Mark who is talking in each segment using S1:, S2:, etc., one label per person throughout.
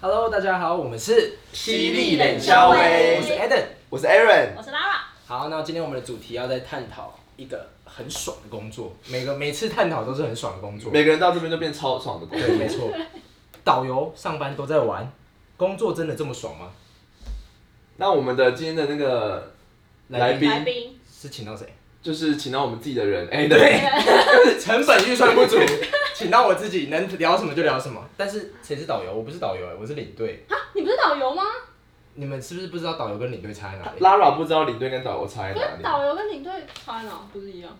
S1: Hello，大家好，我们是
S2: 犀利冷笑话
S1: 我是 Adam。
S2: 我是 Aaron，
S3: 我是 Lara，
S1: 好，那今天我们的主题要在探讨一个很爽的工作，每个每次探讨都是很爽的工作。
S2: 每个人到这边就变超爽的工作
S1: 对，没错，导游上班都在玩，工作真的这么爽吗？
S2: 那我们的今天的那个来宾
S3: 来宾，
S1: 是请到谁？
S2: 就是请到我们自己的人，哎、对，
S1: 成本预算不足，请到我自己，能聊什么就聊什么。但是谁是导游？我不是导游、欸，我是领队。
S3: 啊你不是导游吗？
S1: 你们是不是不知道导游跟领队差在哪里？
S2: Lara 不知道领队跟导游差在
S3: 可
S2: 哪
S3: 是
S2: 里，
S3: 导游跟领队差在哪不是一样？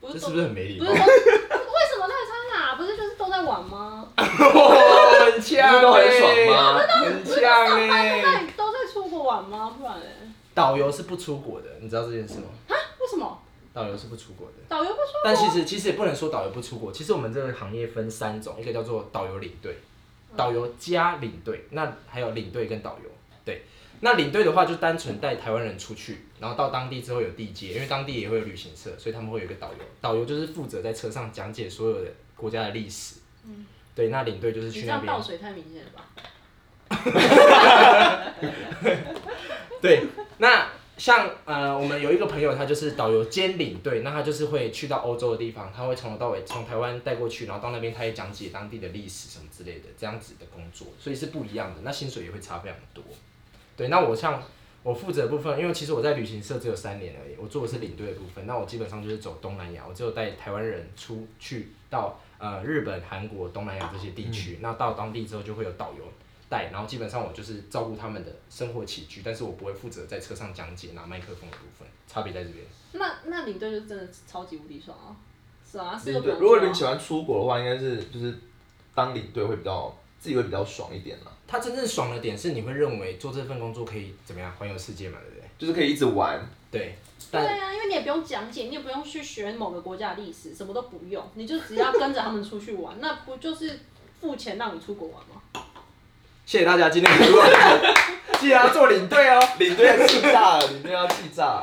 S3: 不
S1: 这
S3: 是
S1: 是
S3: 都
S1: 不是很没礼
S3: 不
S1: 貌
S3: 是？都为什么那个差哪？啊不是就是都在玩吗？
S1: 很
S2: 不
S1: 呛
S2: 是都很爽吗？
S1: 哦很呛
S2: 欸
S1: 哎、
S3: 那你都在出国玩吗？不然嘞，
S1: 导游是不出国的，你知道这件事吗？
S3: 为什么
S1: 导游是不出国的。
S3: 导游不出国？
S1: 但其实其实也不能说导游不出国，其实我们这个行业分三种，一个叫做导游领队，导游加领队，那还有领队跟导游。对，那领队的话就单纯带台湾人出去，然后到当地之后有地接，因为当地也会有旅行社，所以他们会有一个导游，导游就是负责在车上讲解所有的国家的历史。
S3: 嗯
S1: 对，那领队就是
S3: 你
S1: 去
S3: 这
S1: 那
S3: 样
S1: 边
S3: 倒。水太明显了吧？
S1: 对，那像呃，我们有一个朋友，他就是导游兼领队，那他就是会去到欧洲的地方，他会从头到尾从台湾带过去，然后到那边他也讲解当地的历史什么之类的，这样子的工作，所以是不一样的，那薪水也会差非常多。对，那我像我负责的部分，因为其实我在旅行社只有三年而已，我做的是领队的部分，那我基本上就是走东南亚，我只有带台湾人出去到呃日本、韩国、东南亚这些地区，那到当地之后就会有导游带，然后基本上我就是照顾他们的生活起居，但是我不会负责在车上讲解拿麦克风的部分，差别在这边。
S3: 那那领队就真的超级无敌爽啊！是啊，是个
S2: 领队
S3: 工，作啊
S2: 如果你喜欢出国的话，应该是就是当领队会比较自己会比较爽一点啦，
S1: 他真正爽的点是，你会认为做这份工作可以怎么样环游世界嘛，对不对？
S2: 就是可以一直 玩，
S1: 对，
S3: 对
S1: 但
S3: 啊，因为你也不用讲解，你也不用去学某个国家的历史，什么都不用，你就只要跟着他们出去玩，那不就是付钱让你出国玩吗？
S1: 谢谢大家今天的 收看记得要做领队哦。
S2: 领队要气炸了，领队要气炸了，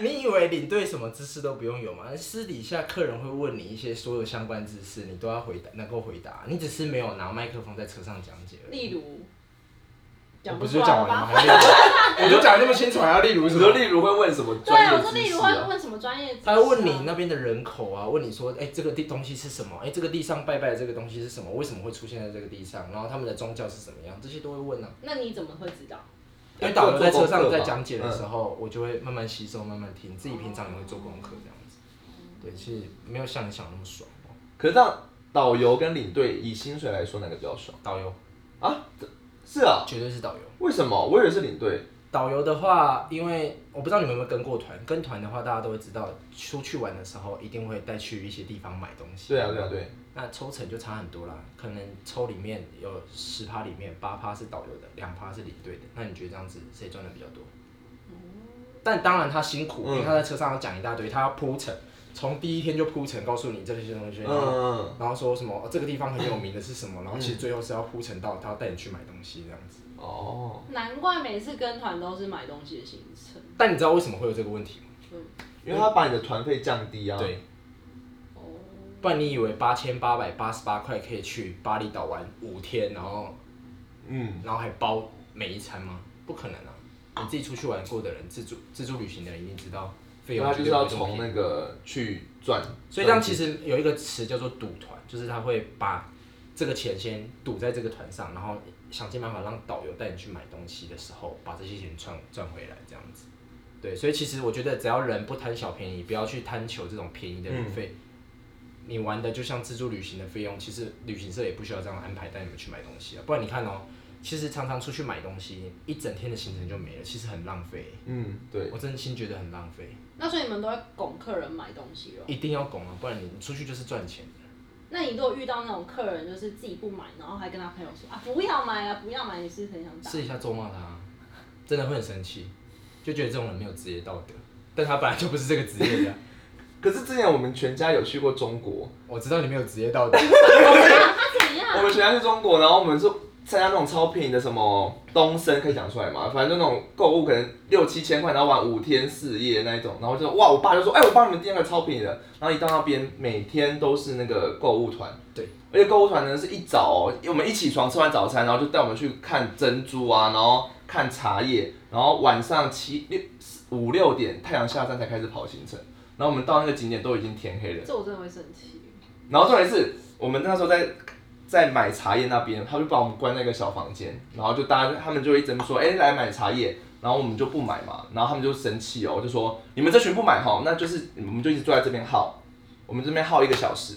S1: 你以为领队什么知识都不用有吗？私底下客人会问你一些所有相关知识，你都要回答，能够回答。你只是没有拿麦克风在车上讲解而已。
S3: 例如，
S1: 我
S3: 讲
S1: 不是
S3: 出
S1: 就
S3: 来
S1: 讲
S3: 了
S1: 完了吗？
S3: 吧？
S1: 还例 如我就讲得那么清楚，还要例如
S2: 你
S1: 什
S2: 说
S1: 么？
S2: 例如会问什么
S3: 对
S2: 专
S3: 啊，我
S2: 业
S3: 说
S2: 知
S3: 例
S2: 识、
S3: 如会
S2: 啊？
S3: 问什么专业知识、啊？
S1: 他会问你那边的人口啊，问你说，哎、这个地东西是什么？哎、这个地上拜拜的这个东西是什么？为什么会出现在这个地上？然后他们的宗教是怎么样？这些都会问啊。
S3: 那你怎么会知道？
S1: 因为导游在车上在讲解的时候，我就会慢慢吸收，慢慢听。自己平常也会做功课这样子。对，其实没有像你想的那么爽。哦
S2: 可是这样导游跟领队以薪水来说，哪个比较爽
S1: 导游
S2: 啊？这是啊，
S1: 绝对是导游。
S2: 为什么？我以为是领队。
S1: 导游的话，因为我不知道你们有没有跟过团，跟团的话，大家都会知道，出去玩的时候一定会带去一些地方买东西。
S2: 对啊，对啊，对。
S1: 那抽成就差很多啦，可能抽里面有十趴，里面八趴是导游的，两趴是领队的。那你觉得这样子谁赚的比较多？但当然他辛苦，因为他在车上要讲一大堆，他要铺陈，从第一天就铺陈，告诉你这些东西，
S2: 嗯
S1: 然后
S2: 嗯，嗯
S1: 然后说什么、哦这个地方很有名的是什么，然后其实最后是要铺陈到他要带你去买东西这样子。
S2: 哦，
S3: 难怪每次跟团都是买东西的行程。
S1: 但你知道为什么会有这个问题吗？
S2: 因为他把你的团费降低啊。
S1: 对，
S3: 哦，
S1: 不然你以为八千八百八十八块可以去巴厘岛玩五天，然后
S2: 嗯，
S1: 然后还包每一餐吗？不可能啊！你自己出去玩过的人，自助自助旅行的人一定知道，费用
S2: 他
S1: 绝对
S2: 就是
S1: 不
S2: 要
S1: 会这么便
S2: 从
S1: 宜
S2: 那个去赚，
S1: 所以这样其实有一个词叫做赌团，就是他会把这个钱先赌在这个团上，然后想尽办法让导游带你去买东西的时候，把这些钱赚赚回来，这样子。对，所以其实我觉得只要人不贪小便宜，不要去贪求这种便宜的旅费，你玩的就像自助旅行的费用，其实旅行社也不需要这样安排带你们去买东西啊，不然你看哦。其实常常出去买东西，一整天的行程就没了，其实很浪费。
S2: 嗯，对，
S1: 我真心觉得很浪费，
S3: 那所以你们都会拱客人买东西咯。
S1: 一定要拱啊，不然你出去就是赚钱的。
S3: 那你如果遇到那种客人，就是自己不买，然后还跟他朋友说啊不要买啊不要买，你是不是很想打？
S1: 试一下咒骂他，真的会很生气，就觉得这种人没有职业道德。但他本来就不是这个职业的啊，
S2: 可是之前我们全家有去过中国，
S1: 我知道你没有职业道德，
S3: 他怎么
S2: 我
S3: 样？
S2: 们全家去中国，然后我们是参加那种超便宜的什么东升，可以讲出来嘛？反正就那种购物可能六七千块，然后玩五天四夜那一种，然后就哇，我爸就说，哎、我帮你们订那个超便宜的，然后一到那边每天都是那个购物团，
S1: 对，
S2: 而且购物团呢是一早、哦，我们一起床吃完早餐，然后就带我们去看珍珠啊，然后看茶叶，然后晚上七六四五六点太阳下山才开始跑行程，然后我们到那个景点都已经天黑了。
S3: 这我真的会生气。
S2: 然后重点是我们那时候在在买茶叶那边，他就把我们关在一个小房间，然后就大家他们就一直说，哎、来买茶叶，然后我们就不买嘛，然后他们就生气哦，就说你们这群不买哈，那就是我们就一直坐在这边耗，我们这边耗一个小时，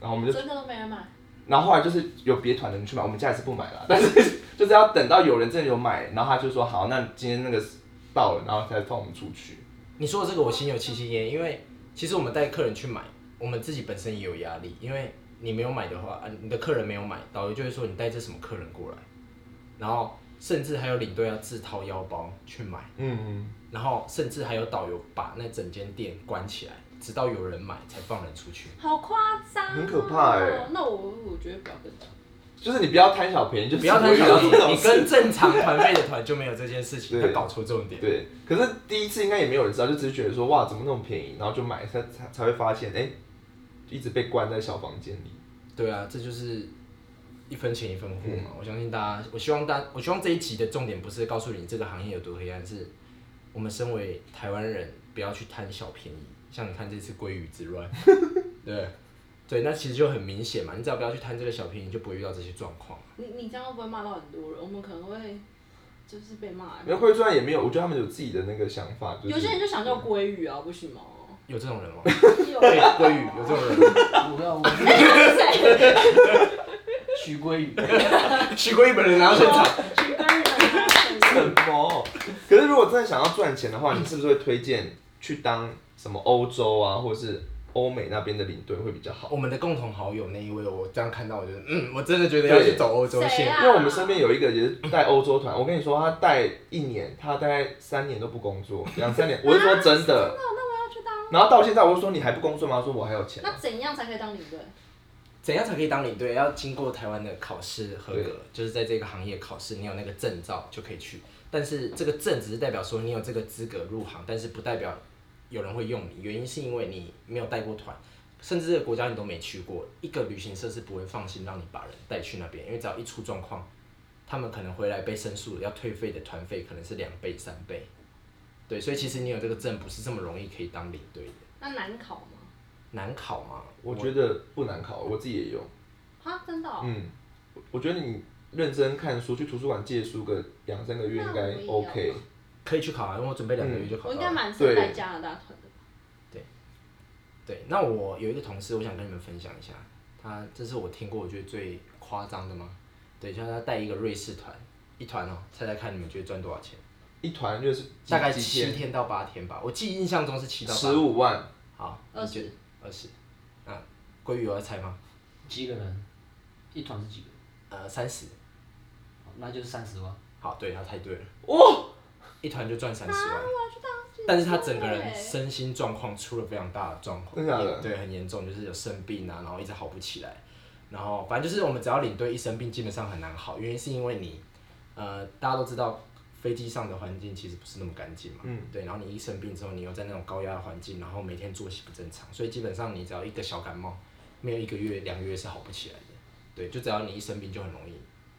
S2: 然后我们就，
S3: 真的都没人买，
S2: 然后后来就是有别团的人去买，我们家也是不买 了，但是就是要等到有人真的有买，然后他就说好，那今天那个到了，然后才放我们出去。
S1: 你说的这个我心有戚戚焉，因为其实我们带客人去买，我们自己本身也有压力，因为你没有买的话，啊，你的客人没有买，导游就会说你带这什么客人过来，然后甚至还有领队要自掏腰包去买，
S2: 嗯嗯，
S1: 然后甚至还有导游把那整间店关起来，直到有人买才放人出去。
S3: 好夸张、哦
S2: 很可怕欸。
S3: 那我我觉得不要跟团，
S2: 就是你不要贪小便宜，就
S1: 不要太
S2: 小
S1: 小
S2: 便
S1: 气
S2: 宜，这种
S1: 你
S2: 事
S1: 跟正常团费的团就没有这件事情，
S2: 对
S1: 他搞错重点。
S2: 对，可是第一次应该也没有人知道，就只是觉得说哇，怎么那么便宜，然后就买，才才才会发现，哎、一直被关在小房间里。
S1: 对啊，这就是一分钱一分货嘛。我相信大家，我希望大，我希望这一集的重点不是告诉你这个行业有多黑暗，是我们身为台湾人不要去贪小便宜。像你看这次鲑鱼之乱， 对对，那其实就很明显嘛。你只要不要去贪这个小便宜，就不会遇到这些状况。
S3: 你你这样会不会骂到很多人？我们可能会就是被骂。
S2: 没有会赚也没有，我觉得他们有自己的那个想法，就是
S3: 有些人就想叫鲑鱼啊，不行吗？
S1: 有这种人 吗？
S3: 有
S1: 对，鲑鱼有这种人 吗，
S4: 我不要我
S3: 谁？
S4: 徐归宇，
S1: 许鲑鱼本人拿到现场，
S3: 去跟人
S2: 什么？可是如果真的想要赚钱的话，你是不是会推荐去当什么欧洲啊，或者是欧美那边的领队会比较好？
S1: 我们的共同好友那一位，我这样看到，我觉得，嗯，我真的觉得要去走欧洲
S3: 谁
S1: 线
S3: 啊。
S2: 因为我们身边有一个也是带欧洲团，我跟你说，他带一年，他大概三年都不工作，两三年，我是说 真的。
S3: 哦那我要去当。
S2: 然后到现在，我就说你还不工作吗？他说我还有钱啊、
S3: 那怎样才可以当领队？
S1: 怎样才可以当领队？要经过台湾的考试合格，就是在这个行业考试，你有那个证照就可以去。但是这个证只是代表说你有这个资格入行，但是不代表有人会用你。原因是因为你没有带过团，甚至这个国家你都没去过。一个旅行社是不会放心让你把人带去那边，因为只要一出状况，他们可能回来被申诉，要退费的团费可能是两倍、三倍。对，所以其实你有这个证不是这么容易可以当领队的，
S3: 那难考吗？
S1: 难考吗？
S2: 我觉得不难考，我自己也有。
S3: 哈，真的哦、
S2: 嗯，我我觉得你认真看书，去图书馆借书个两三个月应该
S3: 那我也
S2: OK。
S1: 可以去考啊，因为我准备两个月就考到
S3: 我
S1: 了。
S3: 应该蛮适合带加拿大团的吧。
S1: 对，那我有一个同事，我想跟你们分享一下，他这是我听过我觉得最夸张的吗？对，就是他带一个瑞士团，一团哦，猜猜看你们觉得赚多少钱？
S2: 一团就是几
S1: 大概
S2: 几
S1: 七
S2: 天，
S1: 天到八天吧，我记忆印象中是七到八。
S2: 十五万，
S1: 好，
S3: 二十
S1: 你觉得，二十。啊，鲑鱼有要猜吗？
S4: 几个人？一团是几个？哦
S1: 呃，三十。
S4: 那就是三十万。
S1: 好，对他猜对了。哇、一团就赚三十万，但是他整个人身心状况出了非常大的状况，
S2: 真的假的
S1: 对，很严重，就是有生病啊，然后一直好不起来，然后反正就是我们只要领队一生病，基本上很难好，原因是因为你，呃，大家都知道飞机上的环境其实不是那么干净嘛，
S2: 嗯，
S1: 对，然后你一生病之后，你又在那种高压的环境，然后每天作息不正常，所以基本上你只要一个小感冒，没有一个月、两个月是好不起来的，对，就只要你一生病就很容易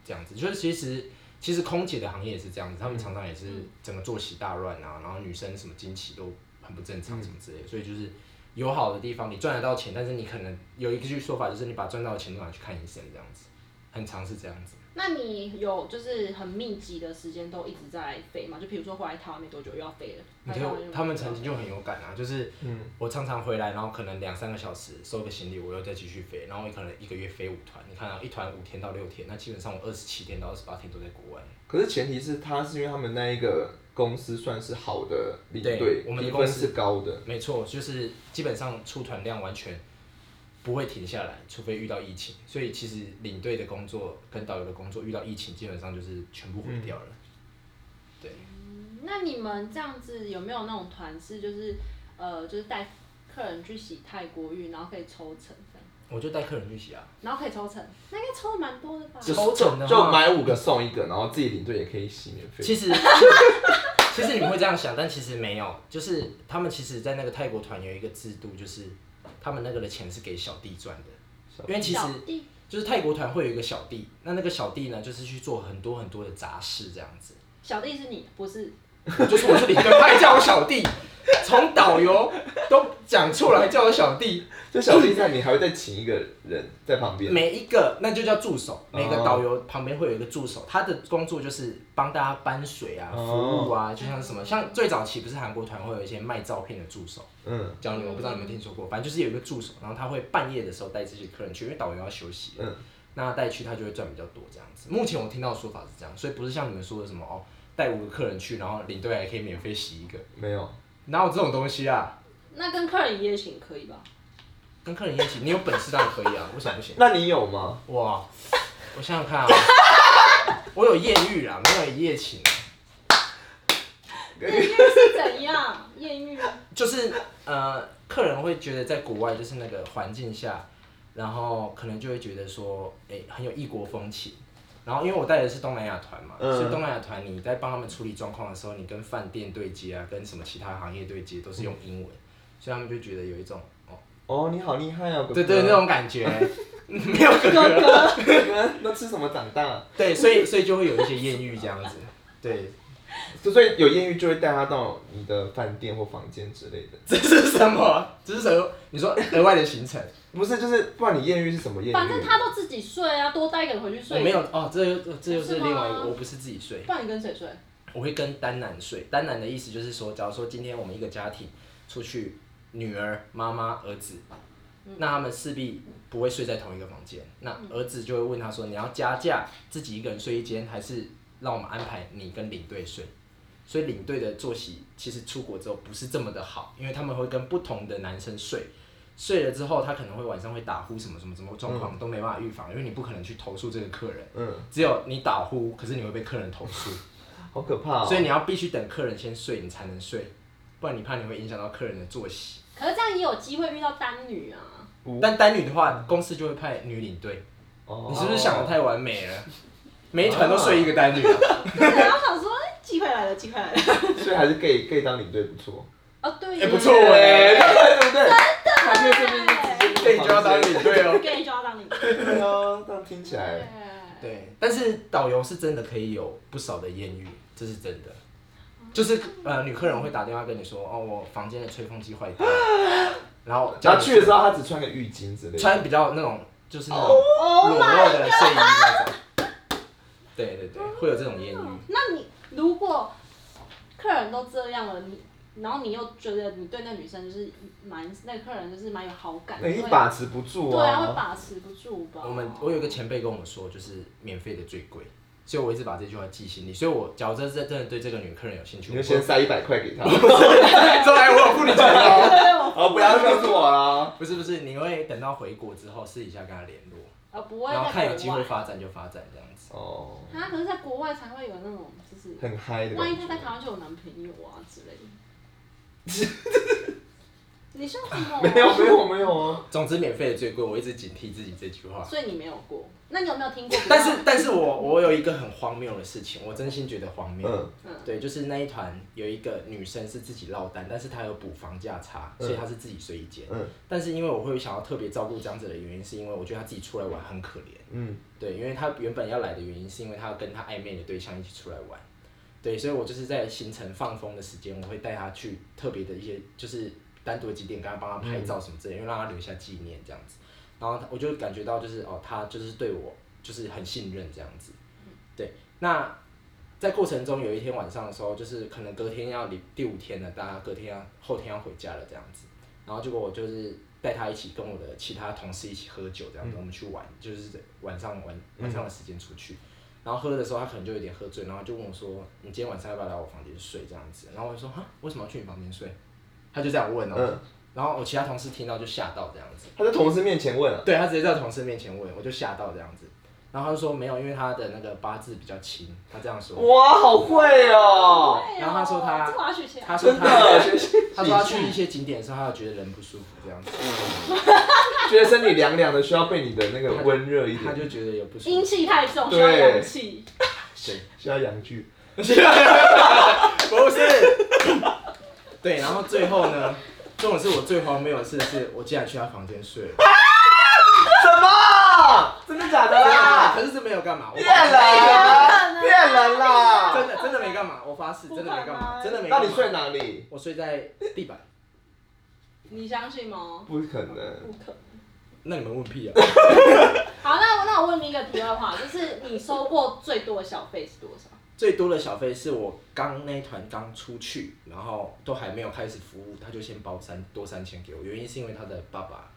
S1: 这样子，就是其实。其实空姐的行业也是这样子，她们常常也是整个作息大乱啊，然后女生什么经期都很不正常什么之类的，所以就是有好的地方你赚得到钱，但是你可能有一句说法就是你把赚到的钱都拿去看医生这样子，很常是这样子。
S3: 那你有就是很密集的时间都一直在飞吗？就比如说回来台湾没多久又要飞了，
S1: 你
S3: 来
S1: 看
S3: 台湾
S1: 我
S3: 又没多久
S1: 啊他们曾经就很有感啊，就是
S2: 嗯
S1: 我常常回来，然后可能两三个小时收个行李，我又再继续飞，然后我可能一个月飞五团，你看啊，一团五天到六天，那基本上我二十七天到二十八天都在国外。
S2: 可是前提是他是因为他们那一个公司算是好的领队，
S1: 对我们的
S2: 评
S1: 公
S2: 分
S1: 司
S2: 是高的。
S1: 没错，就是基本上出团量完全不会停下来，除非遇到疫情。所以其实领队的工作跟导游的工作遇到疫情，基本上就是全部毁掉了。对，
S3: 嗯那你们这样子有没有那种团是就是呃就是带客人去洗泰国浴，然后可以抽成这样？
S1: 我就带客人去洗啊。
S3: 然后可以抽成，那应该抽的蛮多的吧？
S2: 就
S1: 抽成的话
S2: 就买五个送一个，然后自己领队也可以洗免费。
S1: 其实， 其实你们会这样想，但其实没有，就是他们其实，在那个泰国团有一个制度，就是他们那个的钱是给小弟赚的，因为哎其实
S3: 小弟
S1: 就是泰国团会有一个小弟，那那个小弟呢，就是去做很多很多的杂事这样子。
S3: 小弟是你，不是
S1: 我 就说我是领队，他还叫我小弟，从导游都讲错了，还叫我小 弟。
S2: 这小弟在你还会再请一个人在旁边，
S1: 每一个那就叫助手，每个
S2: 哦
S1: 导游旁边会有一个助手，他的工作就是帮大家搬水啊、
S2: 哦
S1: 服务啊，就像是什么，像最早期不是韩国团会有一些卖照片的助手，
S2: 嗯
S1: 教你们，我不知道你们听说过，反正就是有一个助手，然后他会半夜的时候带这些客人去，因为导游要休息，
S2: 嗯，
S1: 那带去他就会赚比较多这样子。目前我听到的说法是这样，所以不是像你们说的什么哦，带五个客人去，然后领队还可以免费洗一个，
S2: 没有，
S1: 哪有这种东西啊？
S3: 那跟客人一夜情可以 吧？
S1: 跟客人一起，你有本事当然可以啊，为什么不行？
S2: 那你有吗？
S1: 哇，我想想看啊，我有艳遇啊，没有一夜情啊，
S3: 艳遇是怎样？艳遇
S1: 就是呃，客人会觉得在国外就是那个环境下，然后可能就会觉得说，哎、很有异国风情。然后因为我带的是东南亚团嘛，
S2: 嗯
S1: 所以东南亚团你在帮他们处理状况的时候，你跟饭店对接啊，跟什么其他行业对接都是用英文，所以他们就觉得有一种哦，
S2: 哦，你好厉害哦，哥哥
S1: 对对，那种感觉， 没有 哥
S3: 哥
S1: 哥，
S3: 哥，
S2: 哥哥那吃什么长大？
S1: 对，所以所以就会有一些艳遇这样子，对，
S2: 就所以有艳遇就会带他到你的饭店或房间之类的，
S1: 这是什么？这是什么？你说额外的行程？
S2: 不是就是不然你艳遇是什么艳遇？
S3: 反正他都自己睡啊，多带一个人回去睡。
S1: 我没有，哦，这又这又是
S3: 是吗
S1: 另外一个，我不是自己睡，
S3: 不然你跟谁睡？
S1: 我会跟单男睡。单男的意思就是说，假如说今天我们一个家庭出去，女儿、妈妈、儿子，那他们势必不会睡在同一个房间。那儿子就会问他说：“你要加价自己一个人睡一间，还是让我们安排你跟领队睡？”所以领队的作息其实出国之后不是这么的好，因为他们会跟不同的男生睡，睡了之后他可能会晚上会打呼什么什么什么状况都没办法预防，因为你不可能去投诉这个客人，
S2: 嗯，
S1: 只有你打呼，可是你会被客人投诉，
S2: 好可怕哦。
S1: 所以你要必须等客人先睡你才能睡，不然你怕你会影响到客人的作息。
S3: 可是这样也有机会遇到单女 啊。
S2: 不
S1: 但单女的话，公司就会派女领队，
S2: 哦
S1: 你是不是想的太完美了？每一团都睡一个单女啊，
S3: 对，然后想说，哎机会来了，机会来了。
S2: 所以还是 gay gay 当领队不错，
S3: 哦，对耶，
S1: 哎不错哎，
S2: 对不对？他就这边就直接
S1: 对，就要当领队 哦。
S3: 给你就要让你。
S2: 对啊，这样听起来
S3: 对，
S1: 对，但是导游是真的可以有不少的艳遇，这是真的。就是呃，女客人会打电话跟你说，哦，我房间的吹风机坏掉，然后
S2: 然后去的时
S1: 候
S2: 候，他只穿个浴巾之类的，
S1: 穿比较那种就是那种裸露的睡衣那种。对对对，会有这种艳遇。
S3: 那你如果客人都这样了，你然后你又觉得你对那女生就是蛮那个客人就是蛮有好感，
S1: 哎
S2: 那你
S3: 会
S2: 啊哎把持不住
S3: 对啊，会把持不住吧？
S1: 我们我有一个前辈跟我们说，就是免费的最贵，所以我一直把这句话记心里。所以我假如真真的对这个女客人有兴趣，
S2: 你
S1: 我
S2: 就
S1: 会
S2: 先塞一百块给 他，
S1: 说来我有付你钱哦。
S2: 哦，不要告诉我啊啦。
S1: 不是不是，你会等到回国之后私底下跟他联络，
S3: 呃不会
S1: 然后看有
S3: 在
S1: 机
S3: 国
S1: 会
S3: 外
S1: 发展就发展这样子。
S2: 哦，
S3: 啊，可是在国外才会有那种就是。
S2: 很嗨的感觉。
S3: 万一她在台湾就有男朋友啊之类的。 你笑什么？
S2: 没有没有没有啊，
S1: 总之，免费的最贵，我一直警惕自己这句 话。
S3: 所以你没有过。那你有没有听过？
S1: 但是，但是我我有一个很荒谬的事情，我真心觉得荒谬。
S2: 嗯
S3: 嗯
S1: 对，就是那一团有一个女生是自己落单，但是她有补房价差，所以她是自己睡一间。
S2: 嗯
S1: 但是因为我会想要特别照顾这样子的原因，是因为我觉得她自己出来玩很可怜。
S2: 嗯，
S1: 对，因为她原本要来的原因，是因为她要跟她暧昧的对象一起出来玩。对，所以我就是在行程放风的时间，我会带她去特别的一些，就是单独的景点，跟她帮她拍照什么之类的，因为让她留下纪念这样子。然后她我就感觉到就是哦，她就是对我就是很信任这样子。对，那在过程中有一天晚上的时候，就是可能隔天要礼第五天了，大家隔天要后天要回家了这样子。然后结果我就是带他一起跟我的其他同事一起喝酒这
S2: 嗯
S1: 样子，我们去玩，就是晚上晚晚上的时间出去。然后喝的时候，他可能就有点喝醉，然后就问我说：“你今天晚上要不要来我房间睡？”这样子，然后我就说：“哈，为什么要去你房间睡？”他就这样问哦、
S2: 嗯
S1: 然后我其他同事听到就吓到这样子。
S2: 他在同事面前问啊，
S1: 对他直接在同事面前问，我就吓到这样子。然后他就说没有，因为他的那个八字比较轻，他这样说。
S2: 哇，好会哦，
S3: 哎呦
S1: 然后他说他
S3: 这个我要学起来。
S1: 他说
S2: 真
S1: 他
S2: 的，学习
S1: 他说他去一些景点的时候，他有觉得人不舒服这样子。
S2: 觉得身体凉凉的，需要被你的那个温热一
S1: 他
S2: 点，
S1: 就觉得也不舒
S3: 阴
S1: 服。
S3: 气太重，需要
S2: 对
S3: 阳气。
S2: 需要阳具。
S1: 不是。对，然后最后呢，这种是我最荒谬的事，是我竟然去他房间睡了。
S2: 什么？真的假的啦？
S1: 可是是没有干嘛，我
S2: 啊骗人！啊骗人
S1: 真
S2: 啦！
S1: 的真的没干嘛，我发誓真的没干嘛，真的没干
S2: 那
S1: 嘛。
S2: 你睡？哪里？
S1: 我睡在地板。
S3: 你相信吗？
S2: 不可能。
S3: 不可能。
S1: 那你们问屁啊！
S3: 好，那我那我问你一个题外话，就是你收过最多的小费是多少？
S1: 最多的小费是我刚那一团刚出去，然后都还没有开始服务，他就先包三多三千给我。原因是因为他的爸爸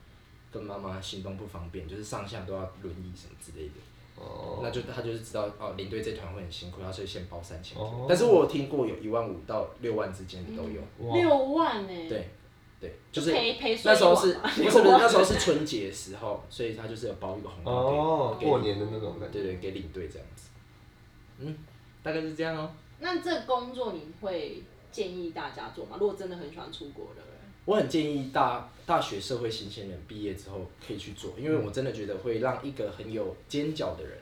S1: 跟妈妈行动不方便，就是上下都要轮椅什么之类的，
S2: 哦
S1: 那就他就是知道哦，领队这团会很辛苦，他所以先包三千给我。
S2: 哦
S1: 但是我有听过有一万五到六万之间的都有，
S2: 哇
S3: 六万呢？
S1: 对
S3: 嗯
S1: 对，就是
S3: 赔赔睡
S1: 那时候
S3: 一晚
S1: 是
S3: 吧
S1: 不是不 是那时候是春节的时候，所以他就是有包一个红包给我，
S2: 哦，过年的那种感觉。
S1: 对对，给领队这样子，嗯，大概是这样哦。
S3: 那这工作你会建议大家做吗？如果真的很喜欢出国的人，
S1: 我很建议大大学社会新鲜人毕业之后可以去做，因为我真的觉得会让一个很有尖角的人，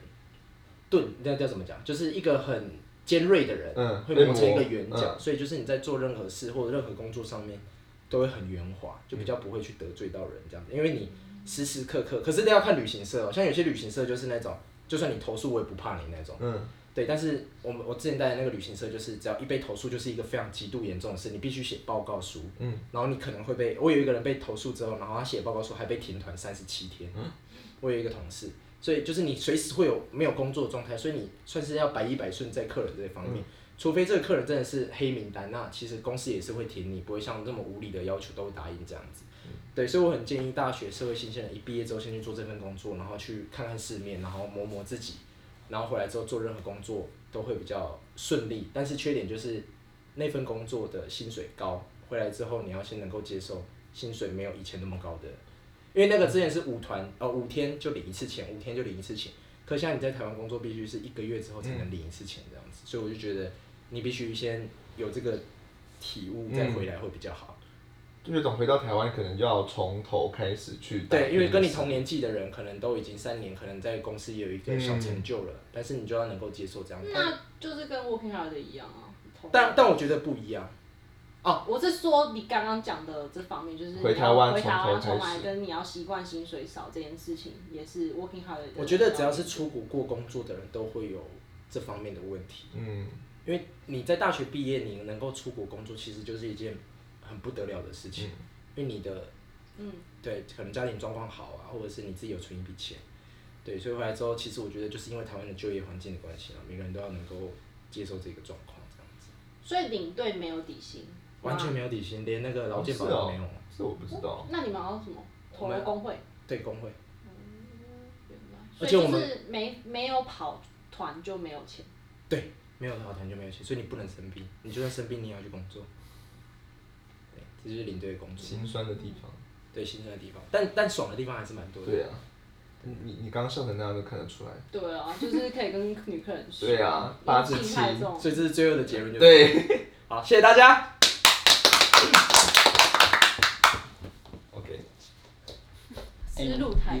S1: 钝那叫怎么讲，就是一个很尖锐的人，
S2: 嗯
S1: 会磨成一个圆
S2: 被
S1: 角，所以就是你在做任何事或者任何工作上面都会很圆滑，就比较不会去得罪到人这样子，因为你时时刻刻，可是都要看旅行社哦，像有些旅行社就是那种，就算你投诉我也不怕你那种。
S2: 嗯，
S1: 对，但是我们我之前带的那个旅行社，就是只要一被投诉，就是一个非常极度严重的事，你必须写报告书，
S2: 嗯，
S1: 然后你可能会被，我有一个人被投诉之后，然后他写报告书还被停团三十七天，我有一个同事，所以就是你随时会有没有工作的状态，所以你算是要百依百顺在客人这方面，除非这个客人真的是黑名单，那其实公司也是会停你，不会像那么无理的要求都答应这样子。对，所以我很建议大学社会新鲜人一毕业之后先去做这份工作，然后去看看世面，然后磨磨自己，然后回来之后做任何工作都会比较顺利，但是缺点就是那份工作的薪水高，回来之后你要先能够接受薪水没有以前那么高的，因为那个之前是五团呃五天就领一次钱，五天就领一次钱，可现在你在台湾工作必须是一个月之后才能领一次钱这样子，所以我就觉得你必须先有这个体悟再回来会比较好。
S2: 就有种回到台湾可能要从头开始去打拼的事。
S1: 对，因为跟你同年纪的人，可能都已经三年，可能在公司也有一个小成就了，但是你就要能够接受这样。但
S3: 那就是跟 working holiday 一样啊。同
S1: 但但我觉得不一样，
S3: 我是说你刚刚讲的这方面，就是
S2: 回台湾
S3: 回台
S2: 从
S3: 湾
S2: 头
S3: 重
S2: 开
S3: 来，
S2: 始
S3: 跟你要习惯薪水少这件事情，也是 working holiday。
S1: 我觉得只要是出国过工作的人都会有这方面的问题，
S2: 嗯，
S1: 因为你在大学毕业，你能够出国工作，其实就是一件很不得了的事
S2: 嗯
S1: 情，因为你的
S3: 嗯，
S1: 对，可能家庭状况好啊，或者是你自己有存一笔钱，对，所以回来之后，其实我觉得就是因为台湾的就业环境的关系啊，每个人都要能够接受这个状况，这样子，
S3: 所以领队没有底薪，
S1: 完全没有底薪，连那个劳健保
S2: 是
S1: 都
S2: 哦
S1: 没有。
S2: 这我不知道。
S3: 那你们要什么？投
S1: 我们
S3: 入工会，
S1: 对工会，
S3: 原来
S1: 而
S3: 所以
S1: 且我
S3: 就
S1: 们
S3: 是没没有跑团就没有钱。
S1: 对，没有的话团就没有钱，所以你不能生病，你就算生病你也要去工作。对，这就是领队的工作，
S2: 心酸的地方。
S1: 对心酸的地方，但但爽的地方还是蛮多的。
S2: 对啊，你你你刚刚笑成那样都看得出来。
S3: 对啊，就是可以跟女客人说。
S2: 对啊八至七
S3: 阴气太重
S1: 所以这是最后的结论，就是，
S2: 对
S1: 好，谢谢大家。
S2: ，OK。
S3: 思路太
S4: 你刚